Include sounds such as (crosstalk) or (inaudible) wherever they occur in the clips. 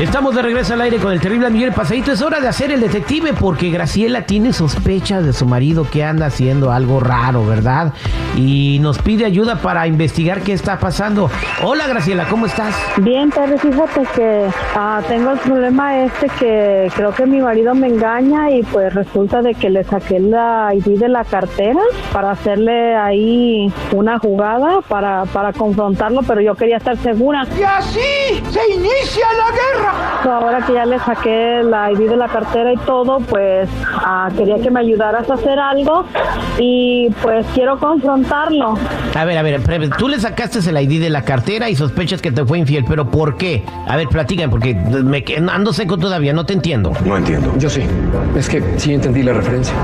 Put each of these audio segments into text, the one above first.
Estamos de regreso al aire con el terrible Miguel Pasadito. Es hora de hacer el detective porque Graciela tiene sospechas de su marido que anda haciendo algo raro, ¿verdad? Y nos pide ayuda para investigar qué está pasando. Hola Graciela, ¿cómo estás? Bien, Terry, fíjate que ah, tengo el problema este que creo que mi marido me engaña y pues resulta de que le saqué la ID de la cartera para hacerle ahí una jugada para, para confrontarlo, pero yo quería estar segura. Y así se inicia la guerra. Ahora que ya le saqué la ID de la cartera y todo, pues ah, quería que me ayudaras a hacer algo y pues quiero confrontarlo. A ver, a ver, pre- tú le sacaste el ID de la cartera y sospechas que te fue infiel, pero ¿por qué? A ver, platícame, porque me que- ando seco todavía, no te entiendo. No entiendo. Yo sí. Es que sí entendí la referencia.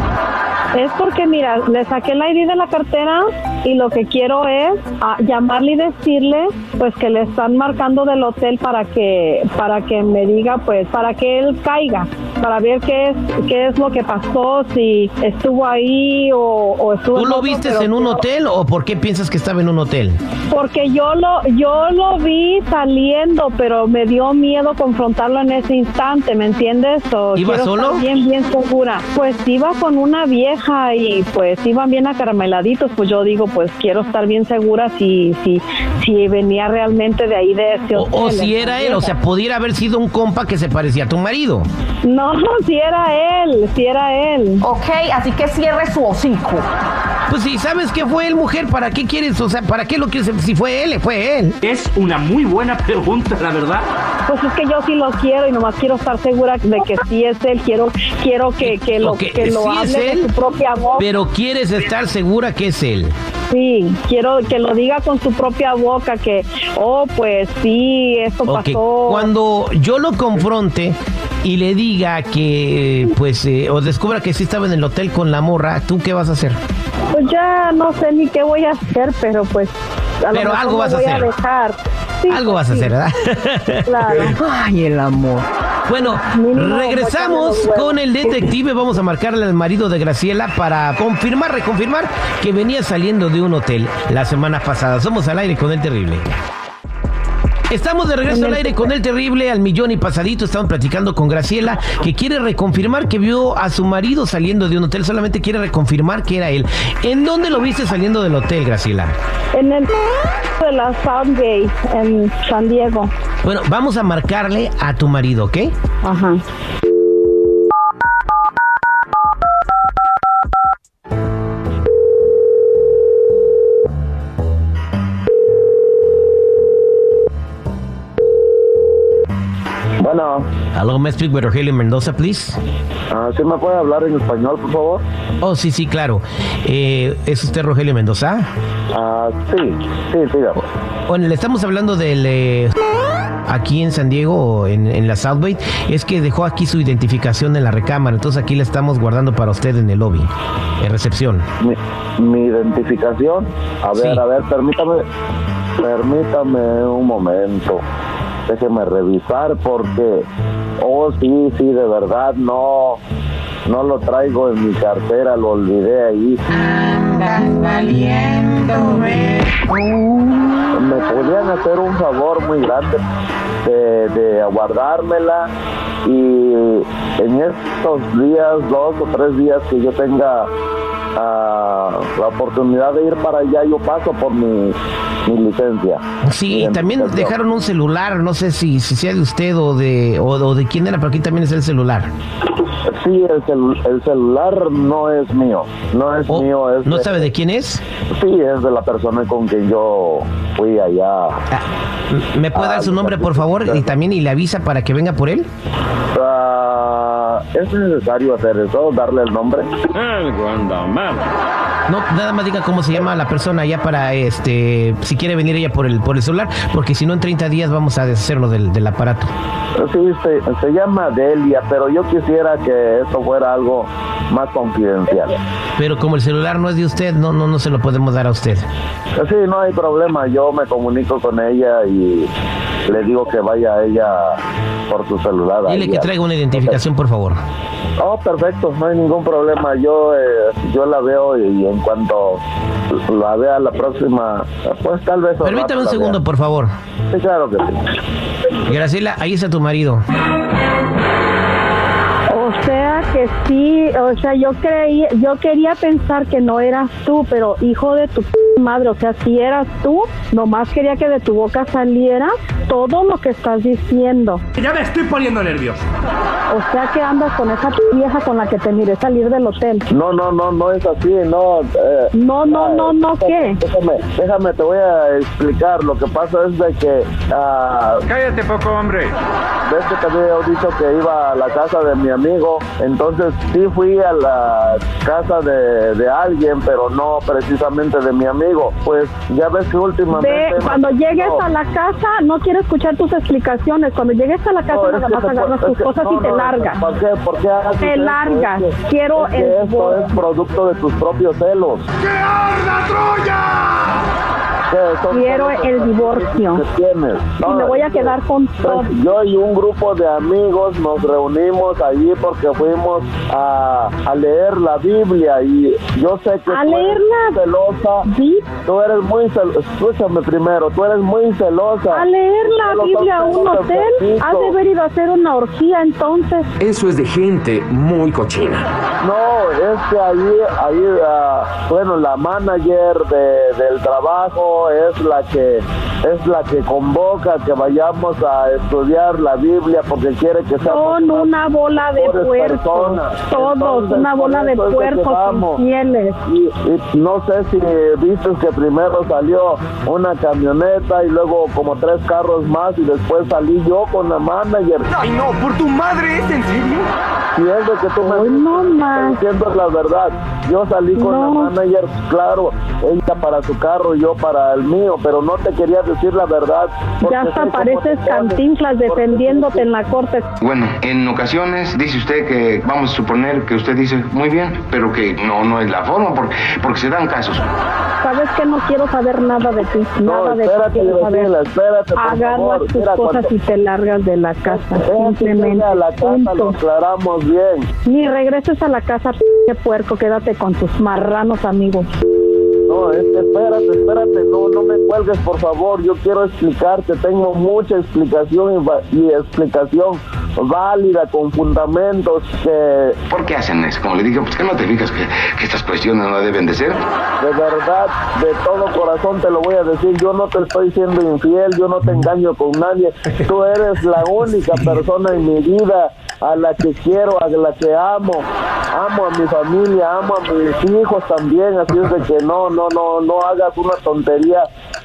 Es porque, mira, le saqué la ID de la cartera y lo que quiero es ah, llamarle y decirle, pues, que le están marcando del hotel para que, para que me diga, pues, para que él caiga, para ver qué es, qué es lo que pasó, si estuvo ahí o, o estuvo. ¿Tú en lo otro, viste pero en un quiero- hotel o por qué piensas que estaba en un hotel? Porque yo lo, yo lo vi saliendo, pero me dio miedo confrontarlo en ese instante, ¿me entiendes? O ¿Iba quiero solo? estar bien, bien segura. Pues iba con una vieja y pues iban bien acarameladitos, pues yo digo, pues quiero estar bien segura si, si, si venía realmente de ahí de ese O, hotel. o si era él, o sea, pudiera haber sido un compa que se parecía a tu marido. No, (laughs) si era él, si era él. Ok, así que cierre su hocico. Pues si sabes que fue él, mujer, ¿para qué quieres? O sea, ¿para qué lo quieres? Si fue él, fue él. Es una muy buena pregunta, la verdad. Pues es que yo sí lo quiero y nomás quiero estar segura de que sí es él. Quiero, quiero que, que lo, Ok, que lo sí hable es de él, su propia voz. Pero quieres estar segura que es él. Sí, quiero que lo diga con su propia boca que, oh, pues sí, esto Ok, pasó. Cuando yo lo confronte y le diga que, pues, eh, o descubra que sí estaba en el hotel con la morra, ¿tú qué vas a hacer? Pues ya no sé ni qué voy a hacer, pero pues... A Pero lo mejor algo lo vas a voy hacer. dejar. Sí, Algo pues, vas a sí, hacer, ¿verdad? Claro. Ay, el amor. Bueno, Mínimo, regresamos bótame los huevos. con el detective. Vamos a marcarle al marido de Graciela para confirmar, reconfirmar que venía saliendo de un hotel la semana pasada. Somos al aire con el terrible. Estamos de regreso al aire con el terrible al millón y pasadito. Estamos platicando con Graciela que quiere reconfirmar que vio a su marido saliendo de un hotel. Solamente quiere reconfirmar que era él. ¿En dónde lo viste saliendo del hotel, Graciela? En el de la Soundgate, en San Diego. Bueno, vamos a marcarle a tu marido, ¿ok? Ajá. Bueno, Hello, may I speak with Rogelio Mendoza, please? ah, ¿sí me puede hablar en español, por favor? Oh, sí, sí, claro. Eh, ¿Es usted Rogelio Mendoza? Ah, sí, sí, dígame. Bueno, le estamos hablando del... eh, aquí en San Diego, en, en la South Bay. Es que dejó aquí su identificación en la recámara. Entonces aquí la estamos guardando para usted en el lobby, en recepción. Mi, mi identificación. A ver, Sí. a ver, permítame, permítame un momento. Déjeme revisar porque, oh sí, sí, de verdad, no, no lo traigo en mi cartera, lo olvidé ahí. me podrían hacer un favor muy grande de, de guardármela y en estos días, dos o tres días que yo tenga ah, la oportunidad de ir para allá, yo paso por mi, mi licencia. Sí, Bien, pues, también perfecto. dejaron un celular. No sé si, si sea de usted o de, o, o de quién era, pero aquí también es el celular. Sí, el, celu- el celular no es mío, no es Oh, mío, es ¿No de- sabe de quién es? Sí, es de la persona con quien yo fui allá. Ah, ¿Me puede dar Ah, su nombre, por favor? Y también y le avisa para que venga por él. Ah, ¿Es necesario hacer eso, darle el nombre? No, nada más diga cómo se llama la persona ya para este, si quiere venir ella por el por el celular, porque si no en 30 días vamos a deshacernos del, del aparato. Sí, se, se llama Delia, pero yo quisiera que esto fuera algo más confidencial. Pero como el celular no es de usted, no no no se lo podemos dar a usted. Sí, no hay problema, yo me comunico con ella y le digo que vaya ella por su celular. Dile ahí que a- traiga una identificación, por favor. Oh, perfecto, no hay ningún problema. Yo eh, yo la veo y, en cuanto la vea la próxima, pues tal vez... al rato Permítame un la segundo, por favor. vea. Sí, claro que sí. Graciela, ahí está tu marido. O sea que sí, o sea, yo creí, yo quería pensar que no eras tú, pero hijo de tu p- madre, o sea, si eras tú, nomás quería que de tu boca saliera todo lo que estás diciendo. Ya me estoy poniendo nervioso. O sea que andas con esa p- vieja con la que te miré salir del hotel. No, no, no, no es así, no... eh, No, no, no, no, ¿qué? Déjame, déjame, te voy a explicar. Lo que pasa es de que ah, Cállate poco, hombre. ves que te había dicho que iba a la casa de mi amigo, entonces sí fui a la casa de, de alguien, pero no precisamente de mi amigo. Pues ya ves que últimamente... Ve, cuando llegues No. a la casa, no quiero escuchar tus explicaciones. Cuando llegues a la casa, No, es nada que más te- agarras es tus que- cosas no, y te no, largas. ¿Por qué? ¿Por qué haces Te eso? largas. Es que- Quiero es que el esto es producto de tus propios celos. ¡Que arda Troya! Quiero el divorcio. Tienes. Y me voy a es quedar con todo. Yo y un grupo de amigos nos reunimos allí porque fuimos a, a leer la Biblia y yo sé que A tú eres leerla. celosa. Sí, Tú eres muy celosa. Escúchame primero, tú eres muy celosa. A leer la Solo Biblia a son un celos hotel, enfermizo. has de haber ido a hacer una orgía entonces. Eso es de gente muy cochina. No, es que ahí, ahí ah, bueno, la manager de- del trabajo es la que es la que convoca que vayamos a estudiar la Biblia porque quiere que seamos Son más una bola de mejores puercos. personas. Todos, Entonces, una bola por de eso es que puercos vamos. infieles. Y, y no sé si viste que primero salió una camioneta y luego como tres carros más y después salí yo con la manager. Ay, no, por tu madre, ¿es en serio? Si es de que tú me Hoy Pues no más. diciendo la verdad, yo salí con No. la manager, claro, ella para su carro y yo para el mío, pero no te quería decir la verdad. porque Ya hasta sé cómo te pareces pones, cantinflas porque- defendiéndote en la corte. Bueno, en ocasiones dice usted que, vamos a suponer que usted dice muy bien, pero que no, no es la forma, porque, porque se dan casos. Sabes que no quiero saber nada de ti, No, nada de ti espérate, quiero Graciela, saber. espérate, por Agarras favor. tus Mira, cosas cuando- y te largas de la casa, Ven, si llega simplemente. a la casa lo punto. aclaramos bien. Ni regreses a la casa, p- puerco, quédate con tus marranos amigos. No, es que espérate, espérate, no, no me cuelgues, por favor. Yo quiero explicarte, tengo mucha explicación y, va- y explicación válida con fundamentos que ¿Por qué hacen eso? Como le digo, pues que no te fijas que, que estas cuestiones no deben de ser. De verdad, de todo corazón te lo voy a decir, yo no te estoy siendo infiel, yo no te engaño con nadie. Tú eres la única persona en mi vida a la que quiero, a la que amo. Amo a mi familia, amo a mis hijos también, así es de que no, no, no, no hagas una tontería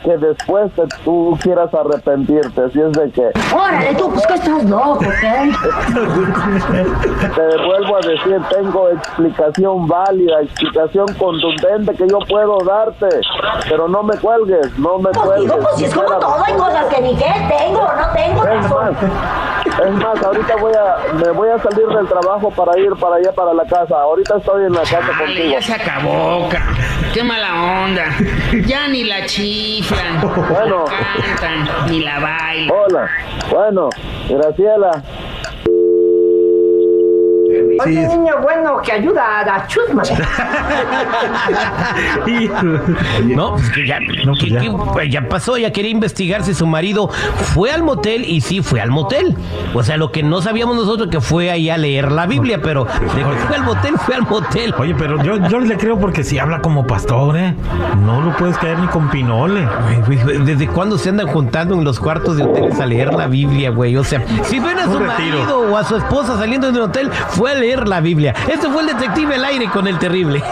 que después te- tú quieras arrepentirte, así es de que Órale, tú, pues que estás loco, ¿qué? te vuelvo a decir, tengo explicación válida, explicación contundente que yo puedo darte, pero no me cuelgues, no me Pues cuelgues. digo, pues si es como Espérame. todo, hay cosas que ni que tengo o no tengo Es más, razón. es más, ahorita voy a, me voy a salir del trabajo para ir para allá, para la casa. Ahorita estoy en la casa Dale, contigo. ya se acabó, ca. Qué mala onda. Ya ni la chiflan, Bueno. ni la cantan, ni la bailan. Hola. Bueno, Graciela, Oye, niño bueno, que ayuda a la (laughs) chusma. No, pues que ya, que- que, pues ya pasó, ya quería investigar si su marido fue al motel y sí fue al motel. O sea, lo que no sabíamos nosotros que fue ahí a leer la Biblia, pero de que fue al motel, fue al motel. Oye, pero yo, yo le creo porque si habla como pastor, ¿eh? No lo puedes caer ni con pinole. Güey, güey, güey, ¿Desde cuándo se andan juntando en los cuartos de hoteles a leer la Biblia, güey? O sea, si ven a Un su retiro. marido o a su esposa saliendo de un hotel, fue a leer la Biblia. Este fue el detective al aire con el terrible.